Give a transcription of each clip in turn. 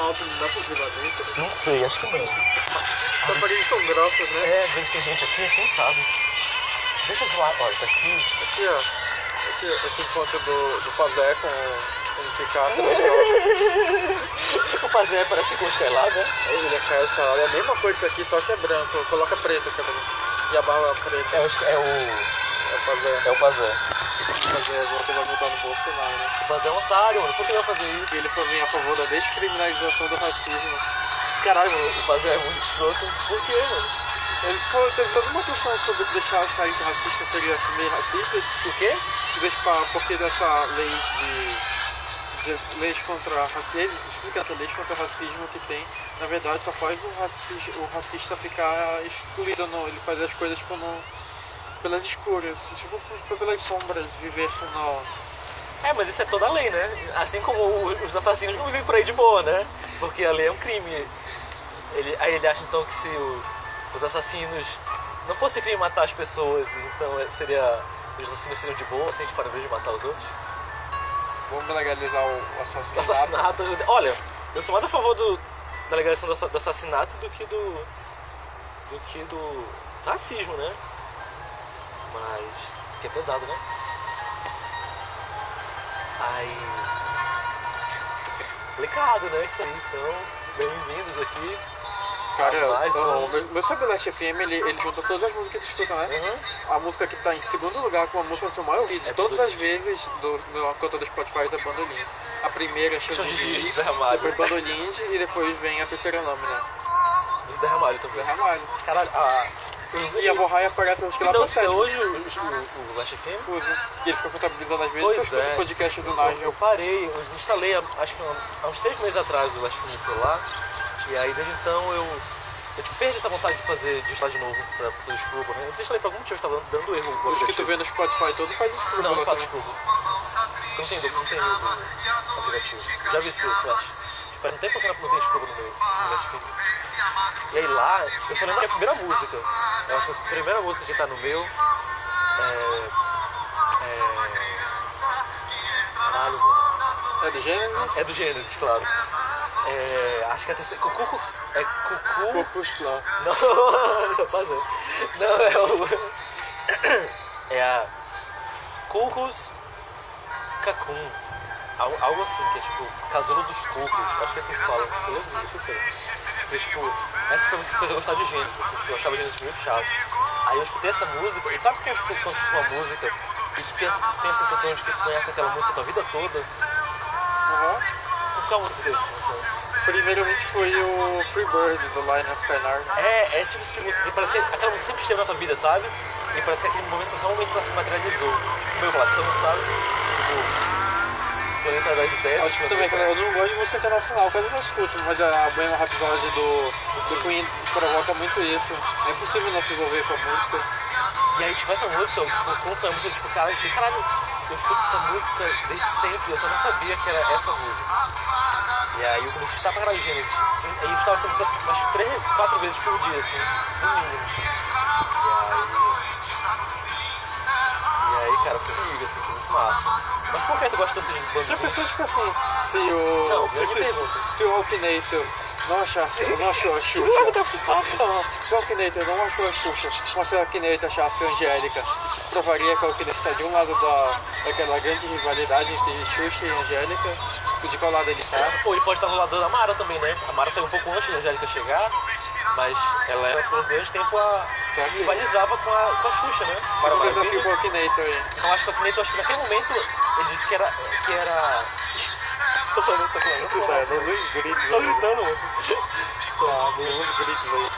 alto, não dá pra ouvir lá dentro. É, Não sei, acho que não. Só pra quem são grossos, né? É, às vezes tem gente aqui, quem sabe. Deixa eu zoar, ó, isso aqui. Aqui, ó. Aqui, ó, esse encontro do, do Fazé com com o psiquiatra. ó. Tipo fazer, parece constelar, né? Ele é Caio Sala. É a mesma coisa isso aqui, só que é branco. Coloca preto o cabelo. E a barba preta. É o. É É o, o Fazé. é o Bazan. Fazé, agora você vai mudar no Bolsonaro, né? O Bazan é um otário, mano. Por que ele vai fazer isso? E ele foi bem a favor da descriminalização do racismo. Caralho, mano, o Bazan é muito escroto. Por quê, mano? Ele falou, teve toda uma questão sobre deixar os países racistas serem meio racistas. Por quê? Deixa- Porque dessa lei de, de leis contra racismo, explica essa lei contra racismo que tem, na verdade só faz o, raci- o racista ficar excluído, não, ele faz as coisas por não, pelas escuras, tipo por- pelas sombras, viver no, É, mas isso é toda a lei, né? Assim como o- os assassinos não vivem por aí de boa, né? Porque a lei é um crime. Ele, aí ele acha então que se o- os assassinos não fosse crime matar as pessoas, então é- seria. Os assassinos seriam de boa, assim, de parabéns de matar os outros. vamos legalizar o O assassinato. assassinato. Olha, eu sou mais a favor do, da legalização do, assa- do assassinato do que do. do que do racismo, né? Mas. Isso aqui é pesado, né? Aí. Complicado, né? Isso aí, então. Bem-vindos aqui. Cara, Mais o- um. meu, meu Sabeleste FM, ele, ele junta todas as músicas que escuta, né? Uhum. A música que tá em segundo lugar com a música que eu mais ouvi de É todas tudo. as vezes do, do cantor do Spotify da Bandolim. A primeira é Chão Chão de de Giz, Giz, Zé Ramalho. depois Bandolim e depois vem a terceira lâmina, Do Zé Ramalho Zé também. Ramalho. Caralho, a. Os, E a Vorrai aparece acho que que lá dão pra até sete. hoje o, o, o Last FM? Usa. E ele fica contabilizando às vezes, Pois eu escuto é. o podcast do Eu, eu Nigel. parei, eu instalei há- acho que há uns seis meses atrás eu acho que no celular. E aí desde então eu, eu tipo, perdi essa vontade de fazer, de instalar de novo pra, pro Scrubble, né? Eu desinstalei por algum motivo, estava dando, dando erro o Os que tu aplicativo. vê no Spotify todo faz isso pro Não, não você, faço né? Scrubble. Não tem erro, não tem erro no aplicativo. Já vi isso, eu acho. Tipo, Faz um tempo que eu não tem Scrubble no meu no Netflix. E aí lá, eu só lembro é a minha primeira música. Eu acho que a primeira música que tá no meu é. É. Caralho, mano. É do gênero, né? É do Gênesis, claro. É, acho que é a terceira. Cucu. É Cucu. Corpus lá. Não, só passou. Não, é o. É a. Cucus. Cacum. Al- Algo assim, que é tipo. Casulo dos Cucos. Acho que é assim que fala. Eu não sei, esqueci. Mas, tipo, essa foi a música que fez eu gostar de Gênesis. Assim, porque eu achava Gênesis meio chato. Aí eu escutei essa música. E sabe por que quando tu escuta uma música e tu tem a- tu tem a sensação de que tu conhece aquela música a tua vida toda? Uhum. Por que é uma música desse? Não sei. Primeiramente foi o Freebird do Linus Skynar. É, é tipo esse tipo de música. Parece que aquela música sempre esteve na tua vida, sabe? E parece que aquele momento foi só um momento que ela se materializou. Tipo, meu platão, sabe? Tipo, quando entra das ideias. Eu, tipo, tipo, também, cara, eu não gosto de música internacional, quase não escuto, mas a Bohemian Rhapsody do, do Queen provoca muito isso. É impossível não se envolver com a música. E aí, tipo, essa música, eu tipo, conto a música, tipo, cara, eu fiquei, caralho, eu escuto essa música desde sempre, eu só não sabia que era essa música. E aí eu comecei a escutar pra caralho Gênesis. E aí eu escutava essa música umas três, quatro vezes por dia, assim, no mínimo. E aí. E aí, cara, foi comigo, assim, foi muito massa. Mas por que tu gosta tanto de Já banda? pensou, tipo assim, se o. Não, se, grande pergunta. se, se o Alkinator não achasse. Não achou a Xuxa. Não, se o Alkinator não achou a Xuxa, mas se o Alkinator achasse a Angélica, isso provaria que o Alkinator está de um lado da, daquela grande rivalidade entre Xuxa e Angélica, de qual lado ele tá. está. Ou ele pode estar no lado da Mara também, né? A Mara saiu um pouco antes da Angélica chegar, mas ela era por grande tempo a. rivalizava com a, com a Xuxa, né? Mara Fica o desafio Maravilha. pro Alkinator aí. Eu Então, acho que o Alckmin, acho que naquele momento ele disse que era. que era. Tô falando, tô falando, tô falando. é, não luz gritos Tô gritando, mano. Tá, não luz gritos aí.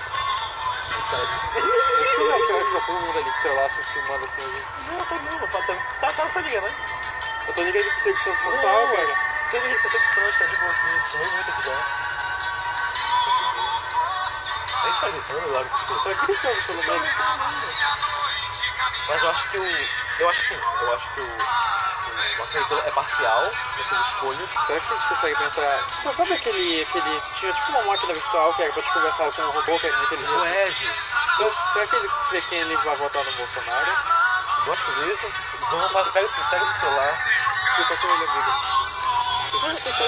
Isso é aquela que tá todo mundo ali com o celular se filmando assim. ouvindo. Não, tô não, mano. Tá, tá nessa liga, né? Eu tô ligado que você que total, cara. Tem liga de percepção, tá de boa, assim, gente. Tomei muito aqui já. A gente tá gritando, eu acho. Tá gritando pelo menos. Mas eu acho que o. Eu acho assim, eu acho que o. O acreditor é parcial nessas escolhas. Será que a gente consegue pensar? Você sabe aquele, aquele. Tinha tipo uma máquina virtual que era pra te conversar com um robô que era O inteligente. Ed, Será, será que ele vê quem ele vai votar no Bolsonaro? gosto disso. Vamos lá, pega, pega o celular. Fica com ele amigo. Mas, sei lá,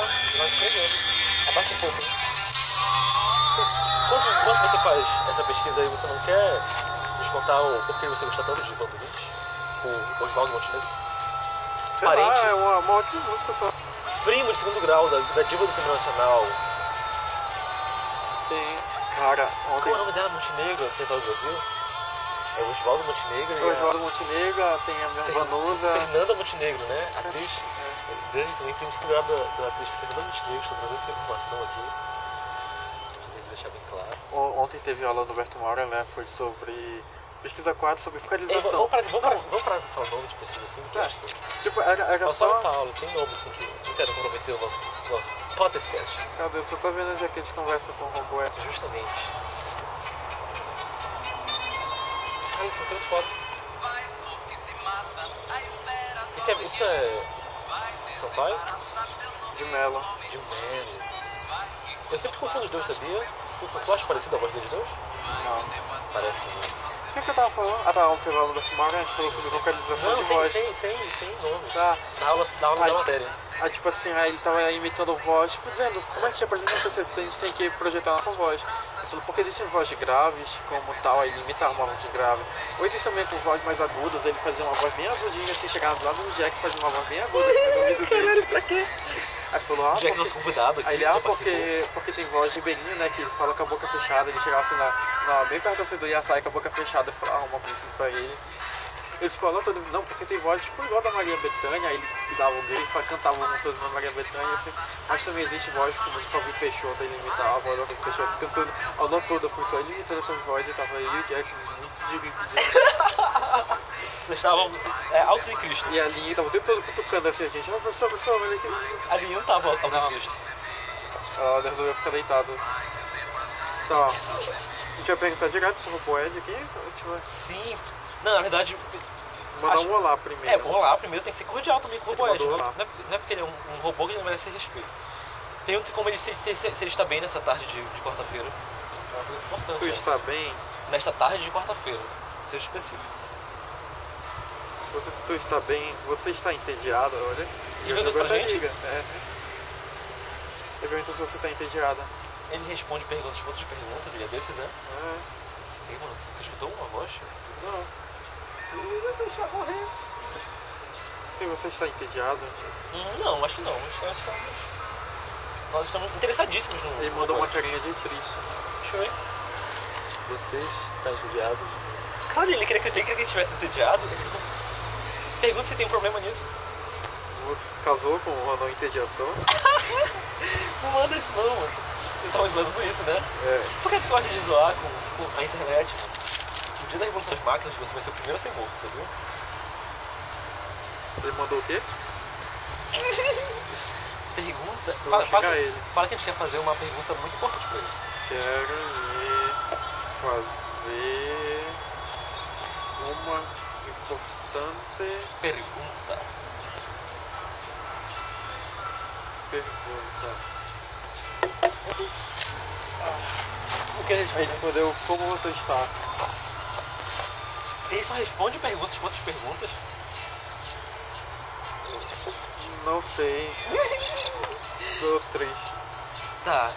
mas, sei lá. Abaixa um pouco. né? Quanto, quanto você faz essa pesquisa aí? Você não quer nos contar o porquê você gosta tanto de Bambu? O Oswaldo Montenegro? Sei lá, Parente, é uma, uma ótima música só. primo de segundo grau da, da diva do cinema nacional. Tem. Cara, Como é o ontem. nome dela? Montenegro? Você tá ouviu? É o Oswaldo Montenegro e a Oswaldo Montenegro, tem a minha Vanusa. Fernanda Montenegro, né? Atriz. Grande também, primo de segundo grau da, da atriz Fernanda Montenegro. Estou trazendo essa informação aqui. Preciso deixar bem claro. O- Ontem teve aula do Humberto Mauro, né? Foi sobre pesquisa 4 sobre Ei, vamos- focalização. vamos parar de vamos parar- vamos parar de falar nome de pessoas assim, porque É. eu acho que. Tipo, era, era É só. só um Paulo, sem nome assim, que não quero comprometer o nosso, nosso podcast. Meu Deus, eu tô vendo onde é que a gente conversa com o robô. é. Justamente. Ah, isso, tem foto. Vai porque se mata à espera do Isso é. Isso é. vai São Paulo? desembaraçar teu De sorriso. Melo. De Melo. Eu sempre confundo os dois, sabia? Tu, tu acha parecido a voz deles dois? Não. Parece que não. O que que eu tava falando? Ah, tá, ontem teve aula do Humberto Mauro, a gente falou sobre vocalização Não, de sem, voz. sem, sem, sem nome. Tá. Na aula, na aula da Ai. matéria. Aí, tipo assim, aí ele tava imitando voz, tipo, dizendo como é que apresenta o TCC, a gente tem que projetar a nossa voz. Ele falou, porque existem vozes graves, como tal, aí ele imitava uma voz grave. Ou existe também com vozes mais agudas, ele fazia uma voz bem agudinha, assim, chegava lá no Jack, fazia uma voz bem aguda, assim, no Caralho, pra quê? Aí você falou, ah, Já que é porque... nosso convidado aqui. Aí ele, ah, já participou. porque, porque tem voz de ribeirinho, né, que ele fala com a boca fechada, ele chegava assim, na, na, bem perto assim do Iaçai, com a boca fechada, eu falava uma coisa assim pra ele. Ele ficou lá todo mundo, não, porque tem voz tipo igual da Maria Bethânia, aí ele dava um grito, fa- cantava alguma coisa da Maria Bethânia, assim, mas também existe voz como tipo Alvin Peixoto, ele imitava a voz do Alvin Peixoto, cantando ao longo toda a função, ele imitando essas vozes, e tava aí o Jack, muito de grito, dizendo, Vocês estavam é, altos em Cristo. e a linha tava o tempo todo cutucando assim, a gente, ah, professor, professor, olha aqui, A linha não tava alto em Cristo. ela resolveu ficar deitada. Tá, ó. A gente vai perguntar direto pro Poed aqui, a gente vai Sim. Não, na verdade, mandar Acho- um olá É, primeiro. vamos lá, primeiro tem que ser cordial também com o robô Ele Ed. mandou Não, lá. é, não é porque ele é um, um robô que ele não merece respeito. Pergunta como ele se, se- se- se ele está bem nessa tarde de, de quarta-feira. Tu Importante. está bem? né? Nesta tarde de quarta-feira. Seja específico. Você, tu está bem? Você está entediado, olha. E pergunta isso pra Você gente? diga, É. Ele pergunta se você está entediada. Ele responde perguntas, tipo outras perguntas, ele é desses, né? É, Ei, mano, tu escutou uma voz? não. Ele vai deixar morrer. Sim, você está entediado. Hum, Não, acho que não. Acho que nós estamos- Nós estamos interessadíssimos no. Ele no mandou uma robô. carinha de triste. Deixa eu ver. Você está entediado? Cara, ele queria que, ele queria que ele estivesse entediado. Esse- Pergunta se tem problema nisso. Você casou com uma não entediação? Não manda isso não, mano. Eu tava zoando com isso, né? É. Por que tu gosta de zoar com, com a internet? No dia da revolução das máquinas, você vai ser o primeiro a ser morto, sabia? Ele mandou o quê? Pergunta. vou Fala, chegar fala- a ele. fala que a gente quer fazer uma pergunta muito importante pra ele. Quero lhe fazer uma importante Pergunta. pergunta. O que a gente Aí ele respondeu como você está. Ele só responde perguntas, quantas perguntas? Não sei. Tô triste. Tá.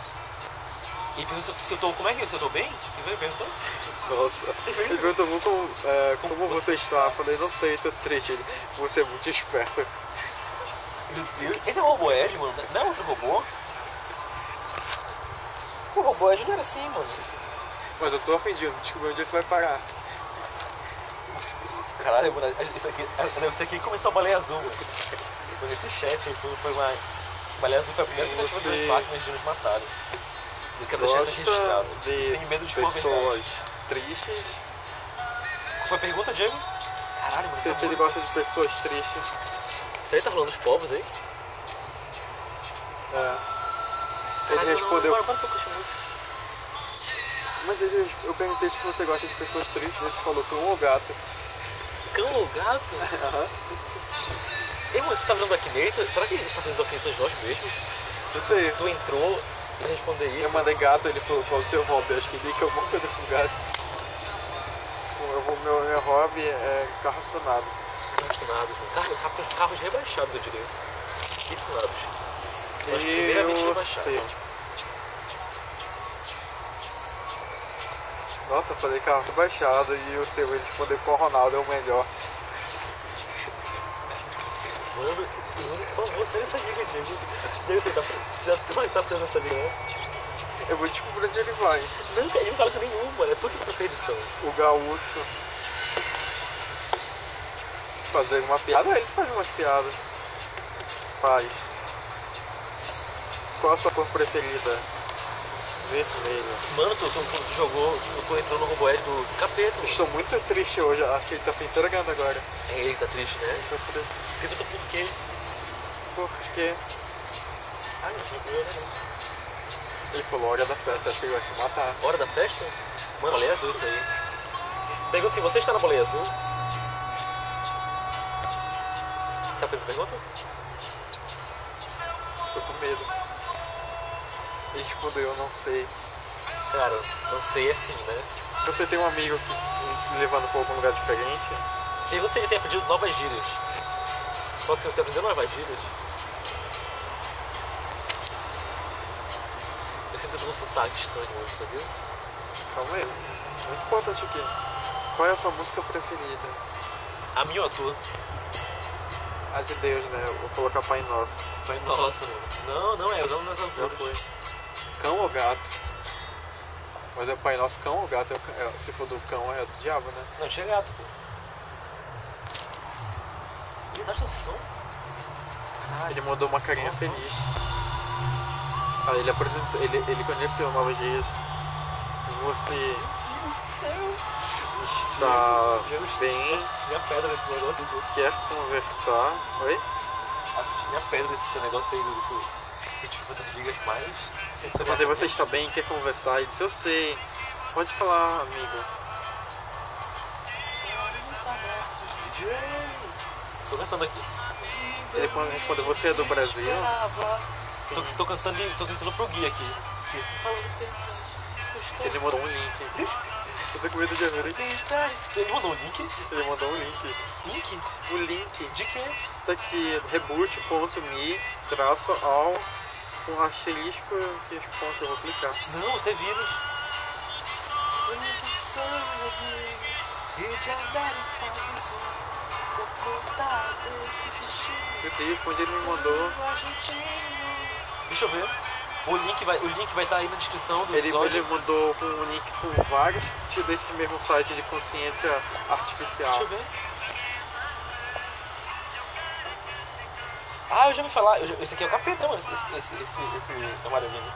Ele pergunta se eu tô. Como é que é? Se eu tô bem? Ele perguntou. Nossa. Ele perguntou muito como, é, como você está. Eu falei, não sei, tô triste. Ele, você é muito esperto. Meu Deus. Esse é o robô Ed, mano. Não é outro robô? O robô Ed não era assim, mano. Mas eu tô ofendido, descobri onde isso vai parar. Caralho, mano, isso aqui, isso aqui começou a baleia azul, mano. Foi nesse chat e tudo, foi uma. Baleia azul foi a primeira tentativa Você- dos Batman de nos matarem. Eu quero deixar isso Gosta registrado. de Tenho medo de falar a verdade. pessoas tristes? Foi a pergunta, Diego? Caralho, mano, Você essa ele música- gosta de pessoas tristes? Isso aí tá falando dos povos aí? É. Caralho, Ele eu não- respondeu. Agora, quando que eu costumo isso? Mas ele, eu perguntei se você gosta de pessoas tristes, ele falou cão ou gato. Cão ou gato? Ei, mano, você tá fazendo Akinator? Será que a gente tá fazendo Akinator nós mesmos? Não sei. Tu entrou e responder Eu isso? mandei gato, ele falou qual o seu hobby. Acho que li que eu vou fazer com gato. Bom, Eu vou, meu, meu hobby é carros tonados. Carros mano. assim, Carro- carro- Carros rebaixados, eu diria. Titulados. Nós E primeiramente eu rebaixados. sei. Nossa, eu falei que era baixado e o seu ele respondeu qual Ronaldo é o melhor. Mano, mano, por favor, sai dessa liga, Diego. Diego, você tá, já tu tá preso nessa liga, né? Eu vou descobrir onde ele vai. Não, cara, ele não fala com nenhum, mano. É tu que faz perdição. O gaúcho. Fazer uma piada? Ele faz umas piadas. Faz. Qual a sua cor preferida? Vermelho. Mano, tu, tu, tu- tu jogou, tu, tu entrou no robô do, do capeta. mano. Estou muito triste hoje, acho que ele tá se entregando agora. É, Ele tá triste, né? Estou triste. Pergunta por quê. Porque Ai, jogou, né? ele falou, hora da festa, acho que ele vai te matar. Hora da festa? Mano, boleia azul isso aí. Pergunta se você está na boleia azul. Tá fazendo pergunta? Tô com medo. Ele respondeu, eu não sei. Cara, não sei assim, né? Você tem um amigo que te levando pra algum lugar diferente? Pergunta se ele tem aprendido novas gírias. Qual que você aprendeu novas gírias? Eu sinto que eu tô com um sotaque estranho hoje, sabia? Calma aí. Muito importante aqui. Qual é a sua música preferida? A minha ou a tua? A de Deus, né? Eu Vou colocar Pai Nosso. Foi nossa, mano. Não, não é, eu não nas Já alturas. foi. Cão ou gato? Mas é Pai Nosso cão ou gato? É o cão- é- se for do cão, é do diabo, né? Não, tinha gato, pô. Ele tá achando esse som? Ah, Ele mandou uma carinha feliz. Ah, ele apresentou, ele, ele conheceu Nova Geias. Você está Tá bem, Tinha pedra nesse negócio aí. quer conversar? Oi? Acho que tinha pedra nesse negócio aí do tipo, tipo das ligas mais. Eu mandei você está bem, quer conversar? Ele disse, eu sei. Pode falar, amigo. é- Tô cantando aqui. Ele respondeu, você é do Brasil? Tô, tô cantando e tô gritando pro Gui aqui. Ele mandou um link. Eu tô com medo de abrir. Ele mandou o link? Ele mandou um link. Link? O link De quê? Isso aqui, reboot.me, traço ao com asterisco que os pontos eu vou clicar. Não, isso é vírus. Meu Deus, quando ele me mandou, Deixa eu ver. O link vai, o link vai estar aí na descrição do ele, episódio. ele mandou com um link com vários tipos desse mesmo site de consciência artificial. Deixa eu ver. Ah, eu já me falar. eu já- esse aqui é o capeta, mano. Esse, esse, esse, esse, esse é maravilha.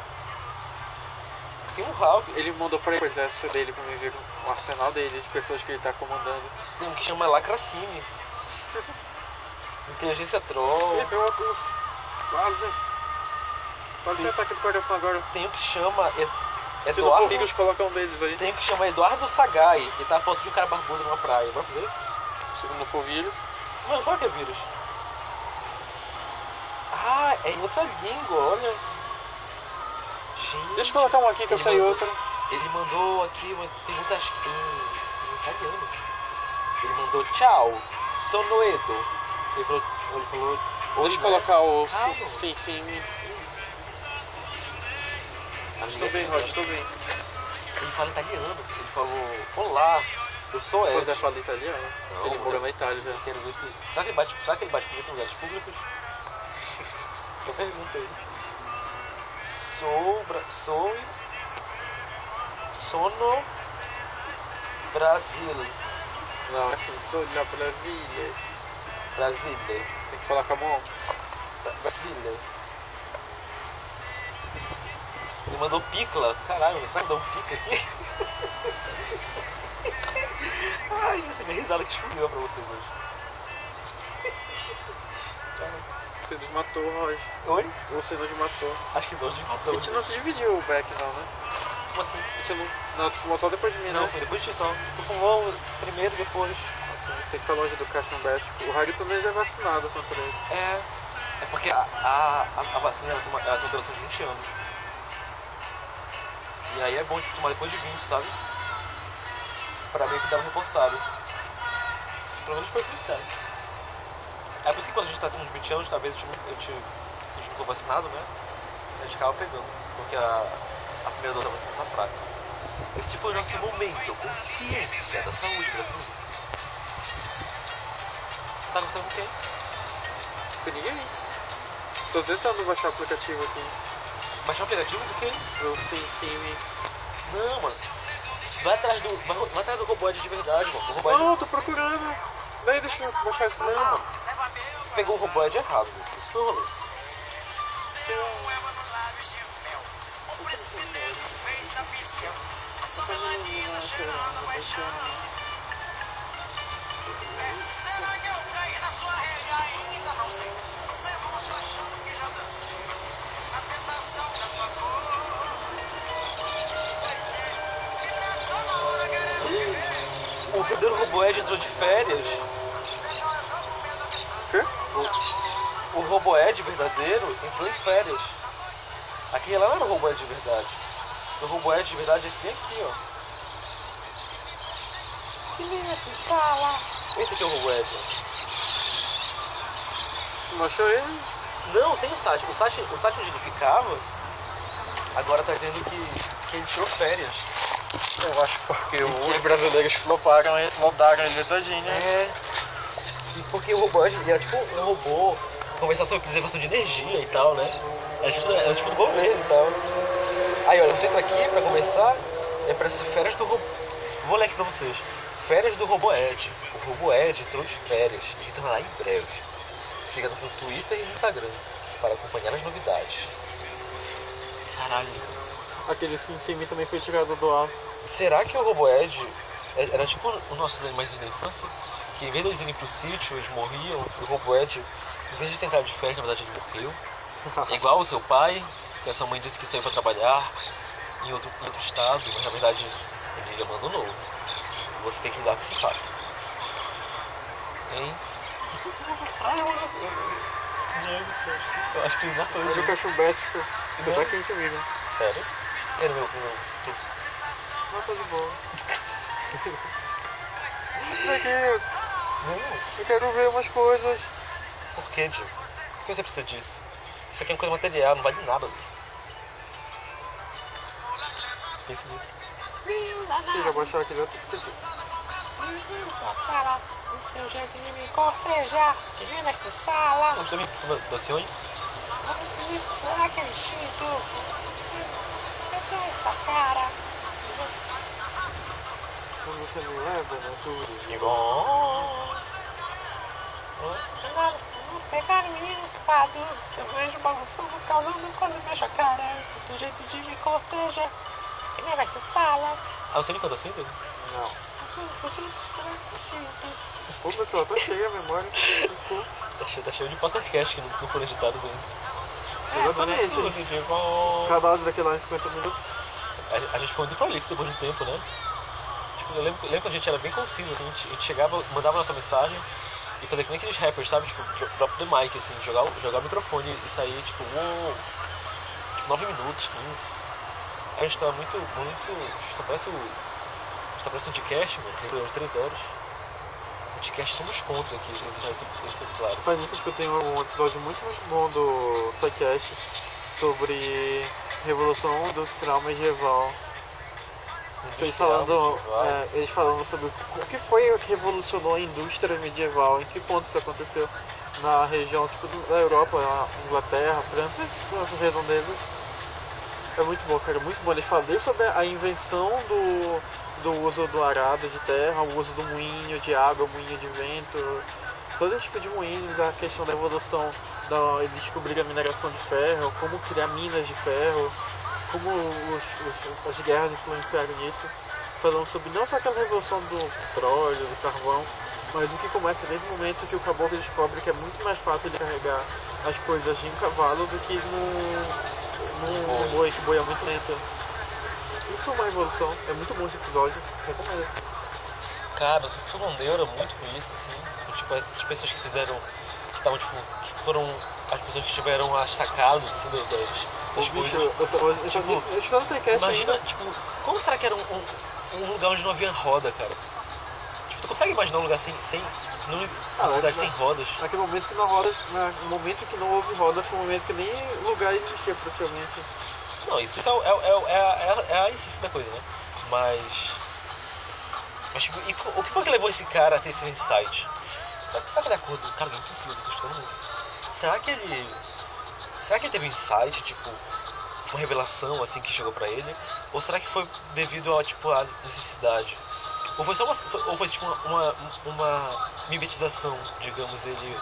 Tem um Hulk. Ele mandou para o exército dele pra me ver o arsenal dele, de pessoas que ele tá comandando. Tem um que chama Lacracine. Inteligência Troll. Ele pegou a cruz. Quase. Quase um ataque do coração agora. Tem um que chama Ed- Se não for Eduardo. amigos, coloca um deles aí. Tem um que chama Eduardo Sagai. E tá a foto de um cara barbudo numa praia. Vamos fazer isso? Se não for vírus, Mano, claro que é vírus. Ah, é em outra língua, olha. Gente. deixa eu colocar um aqui que eu Ele saí mandou. outro. Ele mandou aqui uma pergunta acho que em, em italiano. Ele mandou tchau, sonoedo. Ele falou, ele falou né?" Deixa hoje eu colocar o Calma. sim, sim. Estou Estou bem, Rod, estou bem. é Ele fala italiano. Ele falou olá, eu sou Pois é, Ed. fala italiano. Não, ele não. mora na Itália já. Quero ver se será que ele bate, será que ele bate punheta em lugares públicos? Eu perguntei. Sou bra, sou sono Brasil, Não, assim, sou da Brasília. Brasília. Tem que falar com a mão. Brasília. Ele mandou picla. Caralho, será que dá um pica aqui? Ai, essa é minha risada que explodiu pra vocês hoje. Você nos matou, Rod. Oi? Você nos matou. Acho que nós de A matou. gente não se dividiu o back, não, né? Como assim? A gente não. Não, tu fumou só depois de mim, Não, né? foi depois de só. Tu fumou primeiro, depois. Tem que ficar longe do cachambético. O Harry também já é vacinado contra ele. É. É porque a, a, a- a vacina ela tem, uma, ela tem uma duração de 20 anos. E aí é bom de tomar depois de 20, sabe? Pra meio que dar um reforçado. Pelo menos foi o que eles disseram. É por isso que quando a gente tá sendo de 20 anos, talvez a gente, não- a gente, se a gente não for vacinado, né? A gente acaba pegando. Porque a, a primeira dose da vacina tá fraca. Esse foi o nosso momento consciência da saúde brasileira. Tá gostando com quem? Tem ninguém? Tô tentando baixar o aplicativo aqui. é Baixar o um aplicativo do quê? Eu sim, sim. Não, mano. Vai atrás do, vai, vai atrás do robô de verdade, mano. O robô Não, tô procurando. Daí deixa eu baixar isso mesmo, mano. pegou o robô de errado. mano. Isso foi o rolê. Será que eu caí na sua regra? Ainda não sei. Sei, mas tô achando que já dancei. A tentação da sua cor. Pois é, me perdoa na hora, querendo te ver. O verdadeiro robô Ed entrou de férias. Melhor eu não com medo de sangue. O robô Ed verdadeiro entrou em férias. Aquele lá não era o robô Ed de verdade. O robô Ed de verdade é esse bem aqui, ó. Esse aqui é o robô Ed. Não achou ele? Não, tem o site. O site, o site onde ele ficava, agora tá dizendo que, que ele tirou férias. Eu acho porque os brasileiros floparam ele, moldaram ele todinho, É. E porque o robô ele era tipo um robô, conversar sobre preservação de energia e tal, né? Era tipo, era tipo do governo e tal. Aí, olha, eu tento aqui pra começar, é pra ser férias do robô. Vou ler aqui pra vocês. Férias do robô Ed. O robô Ed entrou de férias e retornará em breve. Siga-nos no Twitter e no Instagram para acompanhar as novidades. Caralho. Aquele sim, sim também foi tirado do ar. Será que o Robo Ed é- era tipo os nossos animais da infância? Que em vez deles irem pro sítio, eles morriam. E o Robo Ed, em vez de ter entrado de férias, na verdade ele morreu. É Igual o seu pai, que a sua mãe disse que saiu pra trabalhar em outro, em outro estado, mas na verdade ele abandonou. Você tem que lidar com esse fato. Hein? Eu acho que engraçado. Olha o cachumbético. Você tá aqui comigo. Sério? Era meu, meu. Não, tá de boa. Daqui, Não. eu quero ver umas coisas. Por que, Diego? Por que você precisa disso? Isso aqui é uma coisa material, não vale nada. Pensa nisso. Deixa eu baixar aquele outro aplicativo. Cara, o seu jeito de me ah, cofrejar, que vem nesta sala, Eu também preciso da senhora. vamos se misturar aquele é instinto. Cadê essa cara? Quando você me leva, né? Tudo. Nada, não pegaram meninos padro, seu anjo bagunçando, causando coisa mexa cara. O seu jeito de me corteja, que vem nesta sala, Ah, você me canta assim, Diego? Não. vamos misturar aquele é instinto. Pô, meu celular tá cheio a memória. Ficou. Tá cheio, tá cheio de podcast que não, não foram editados ainda. Exatamente. Tudo, Diego. Cada áudio daquele lá em 50 minutos. A, a gente foi muito prolixo depois de um tempo, né? Tipo, eu lembro, eu lembro que a gente era bem conciso, assim, a gente, a gente chegava, mandava nossa mensagem e fazia que nem aqueles rappers, sabe? Tipo, jo- drop the mic, assim, jogar, o- jogar o microfone e sair, tipo, uou, tipo, 9 minutos, 15. A gente tava muito, muito. A gente tá parece o. A gente tá parece um podcast, mano, que durou 3 horas. O podcast somos contra aqui, gente, deixar isso, isso claro. Faz isso que eu tenho um episódio muito, muito bom do podcast sobre Revolução Industrial Medieval. Eles falando, é, eles falando sobre o que foi o que revolucionou a indústria medieval, em que ponto isso aconteceu na região tipo, do- da Europa, na Inglaterra, França, essas redondezas. É muito bom, cara, muito bom. Eles falam sobre a invenção do, do uso do arado de terra, o uso do moinho de água, moinho de vento, todo esse tipo de moinhos, a questão da evolução, da, eles descobriram a mineração de ferro, como criar minas de ferro, como os- os- as guerras influenciaram nisso falando sobre não só aquela revolução do petróleo, do carvão, mas o que começa desde o momento que o caboclo descobre que é muito mais fácil ele carregar as coisas em um cavalo do que num, num Boi. boi, que boi é muito lento. Isso foi uma revolução, é muito bom esse episódio, recomendo. Cara, eu fico bandeira muito com isso, assim. Tipo, essas pessoas que fizeram. que estavam, tipo. que foram as pessoas que tiveram sacados, assim, das, das Ô, das bicho, coisas. eu, tô- eu, eu, Tipo, eu, eu estou no Seicast Imagina, ainda. tipo, como será que era um, um- um lugar onde não havia roda, cara? Tipo, tu consegue imaginar um lugar sem. sem não, uma é cidade que sem não- rodas? Naquele momento que não roda, na- no momento que não houve roda, foi um momento que nem lugar existia praticamente. Não, isso é, o- é, o- é, o- é, a- é, a- é a essência da coisa, né? Mas. Mas tipo, e o que foi que levou esse cara a ter esse insight? Será que, será que ele acordou? Cara, não tô cima, não tô estudando muito. Será que ele. Será que ele teve um insight, tipo, uma revelação assim que chegou pra ele? Ou será que foi devido a, tipo, a necessidade? Ou foi só uma. foi- Ou foi tipo uma, uma, uma mimetização, digamos, ele.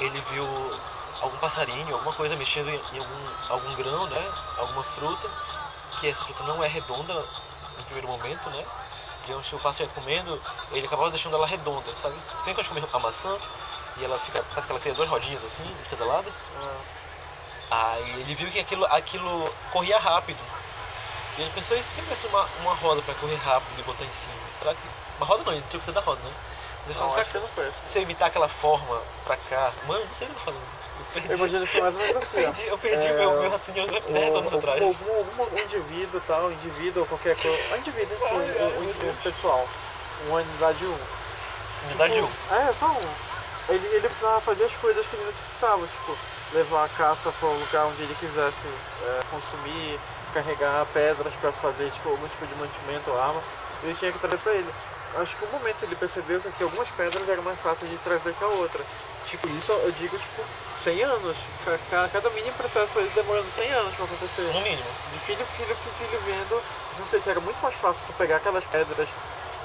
Ele viu algum passarinho, alguma coisa mexendo em, em algum, algum grão, né? Alguma fruta, que essa fruta não é redonda no primeiro momento, né? Digamos que o pássaro ia comendo, ele acabava deixando ela redonda, sabe? Tem quando a gente come a maçã e ela fica. Parece que ela cria duas rodinhas assim, de cada lado. Ah, Aí ele viu que aquilo, aquilo corria rápido. E ele pensou, e se tivesse uma, uma roda pra correr rápido e botar em cima? Será que. Uma roda não, ele truque da roda, né? Mas Ele Não, acho falou, será que que você não foi. se eu imitar aquela forma pra cá. Mano, não sei o que eu tô falando. Eu perdi. Eu imagino que foi mais ou menos Eu assim. ó. perdi, eu perdi É, o meu, meu raciocínio 10 anos o- Né, atrás. Algum, algum indivíduo, tal, indivíduo ou qualquer coisa. Um indivíduo, enfim, Ai, ai, um- um, meu Deus. um pessoal. Uma unidade 1. Unidade Tipo, 1. É, só um. Ele, ele precisava fazer as coisas que ele necessitava, tipo, levar a caça para um lugar onde ele quisesse é, consumir, carregar pedras para fazer tipo, algum tipo de mantimento ou arma, ele tinha que trazer para ele. Acho que um momento ele percebeu que, que algumas pedras eram mais fáceis de trazer que a outra. Tipo, isso eu digo, tipo, 100 anos. Ca- ca- Cada mínimo processo aí demorando 100 anos para acontecer No mínimo. de filho, filho, filho, filho vendo, não sei, que era muito mais fácil tu pegar aquelas pedras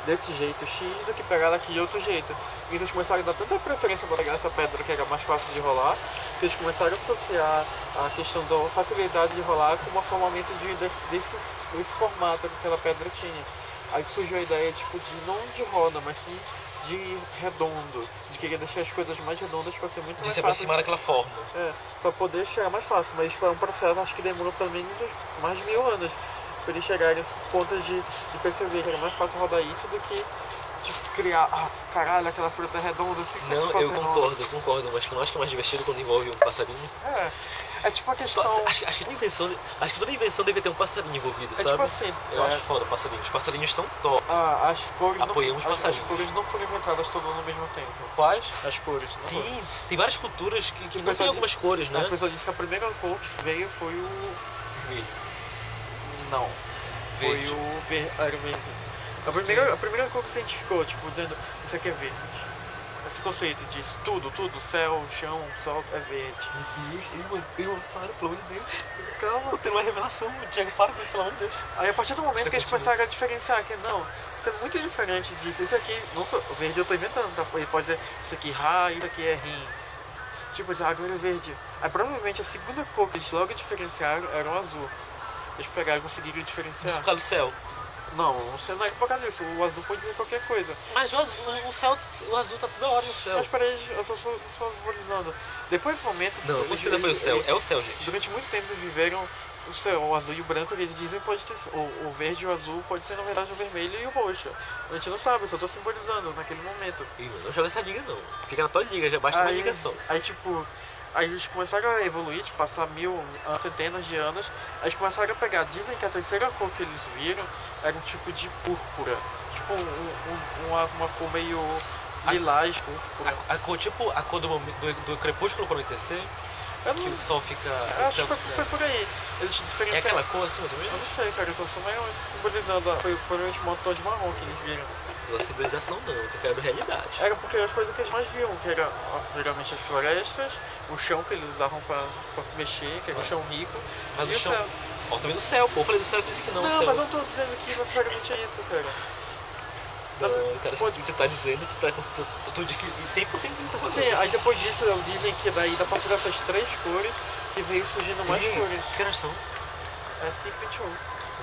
desse jeito X do que pegar daqui de outro jeito. E eles começaram a dar tanta preferência para pegar essa pedra que era mais fácil de rolar, que eles começaram a associar a questão da facilidade de rolar com um formato de, desse, desse, desse formato que aquela pedra tinha. Aí que surgiu a ideia tipo de não de roda, mas sim de redondo, de querer deixar as coisas mais redondas para ser muito De mais se é fácil aproximar daquela forma. é, pra poder chegar mais fácil, mas isso é um processo acho que demorou pelo menos uns- mais de mil anos pra eles chegarem a ponto de, de perceber que era mais fácil rodar isso do que de criar, ah, caralho, aquela fruta é redonda, assim que Não, faz eu redonda. concordo, eu concordo, mas que eu não acho que é mais divertido quando envolve um passarinho. É, é tipo a questão, Tô- Acho, acho que toda invenção, acho que toda invenção deve ter um passarinho envolvido, é sabe? tipo assim, Eu é, acho foda passarinho. Os passarinhos são top. ah, as cores Apoiamos não, as, as passarinho. cores não foram inventadas todas ao mesmo tempo. Quais? As cores, não foram. Sim, tem várias culturas que, que não pessoal tem algumas cores, né? A pessoa disse que a primeira cor que veio foi o Vermelho. Não. Verde. Foi o ver... ah, era o verde. A primeira, a primeira cor que se identificou, tipo, dizendo, isso aqui é verde. Esse conceito disso, tudo, tudo, céu, chão, sol, é verde. Meu Deus, cara, pelo amor de Deus. Calma. Tem uma revelação, Diego, para com isso, pelo amor de Deus. Aí a partir do momento Você que eles continua. começaram a diferenciar, que não, isso é muito diferente disso. Isso aqui, não tô- o verde eu tô inventando, tá? Ele pode dizer, isso aqui é raio, isso aqui é rim. Tipo, diz, ah, agora é verde. Aí provavelmente a segunda cor que eles logo diferenciaram era o azul. Eles pegaram e conseguiram Por diferenciar. causa do céu. Não, você não é por causa disso. O azul pode dizer qualquer coisa. Mas o azul, o céu, o azul tá toda hora no céu. Mas peraí, eu tô só, só memorizando. Depois desse momento. Não, eles- não precisa foi o eles- céu. eles- É o céu, gente. durante muito tempo eles viveram o céu, o azul e o branco, que eles dizem pode ter. O, o verde e o azul pode ser, na verdade, o vermelho e o roxo. A gente não sabe, eu só tô simbolizando naquele momento. Ih, mano, não joga essa liga, não. Fica na tua liga, já basta é uma liga só. Aí, tipo, aí eles começaram a evoluir, tipo, passar mil, ah, centenas de anos. Aí eles começaram a pegar. Dizem que a terceira cor que eles viram era um tipo de púrpura. Tipo, um- um- uma, uma cor meio A- lilás, púrpura. A, a cor, tipo, a cor do, mom- do, do crepúsculo quando anoitecer, Eu que não- o sol fica... Eu o acho céu que foi, fica- foi por aí. Eles É diferenciaram. aquela cor assim, mais ou Eu menos? não sei, cara, eu tô só meio simbolizando. a- Foi provavelmente um montão de marrom que eles viram. Não é civilização, não. Eu quero realidade. Era porque as coisas que eles mais viam, que era ó, geralmente as florestas, o chão que eles usavam pra, pra mexer, que era um chão rico. Mas e o chão... céu. Ó, também no céu, pô. Eu falei do céu, eu disse que não, Não, o céu. mas eu não tô dizendo que necessariamente é isso, cara. Não, cara, Pode- você tá dizendo que tá... Tu, tu, tu diz que 100% disso tá Sim, acontecendo. aí depois disso dizem que daí a partir dessas três cores que veio surgindo é, mais Ih, cores. Que horas são? É 521.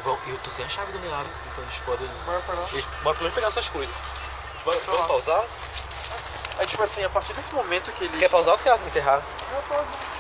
Bom, eu tô sem a chave do meu lado, então eles podem... Bora pra lá. Eles, bora primeiro pegar suas coisas. Bora, Vamos lá. vamos pausar? Aí tipo assim, a partir desse momento que eles. Quer pausar ou tu quer encerrar? Eu tô-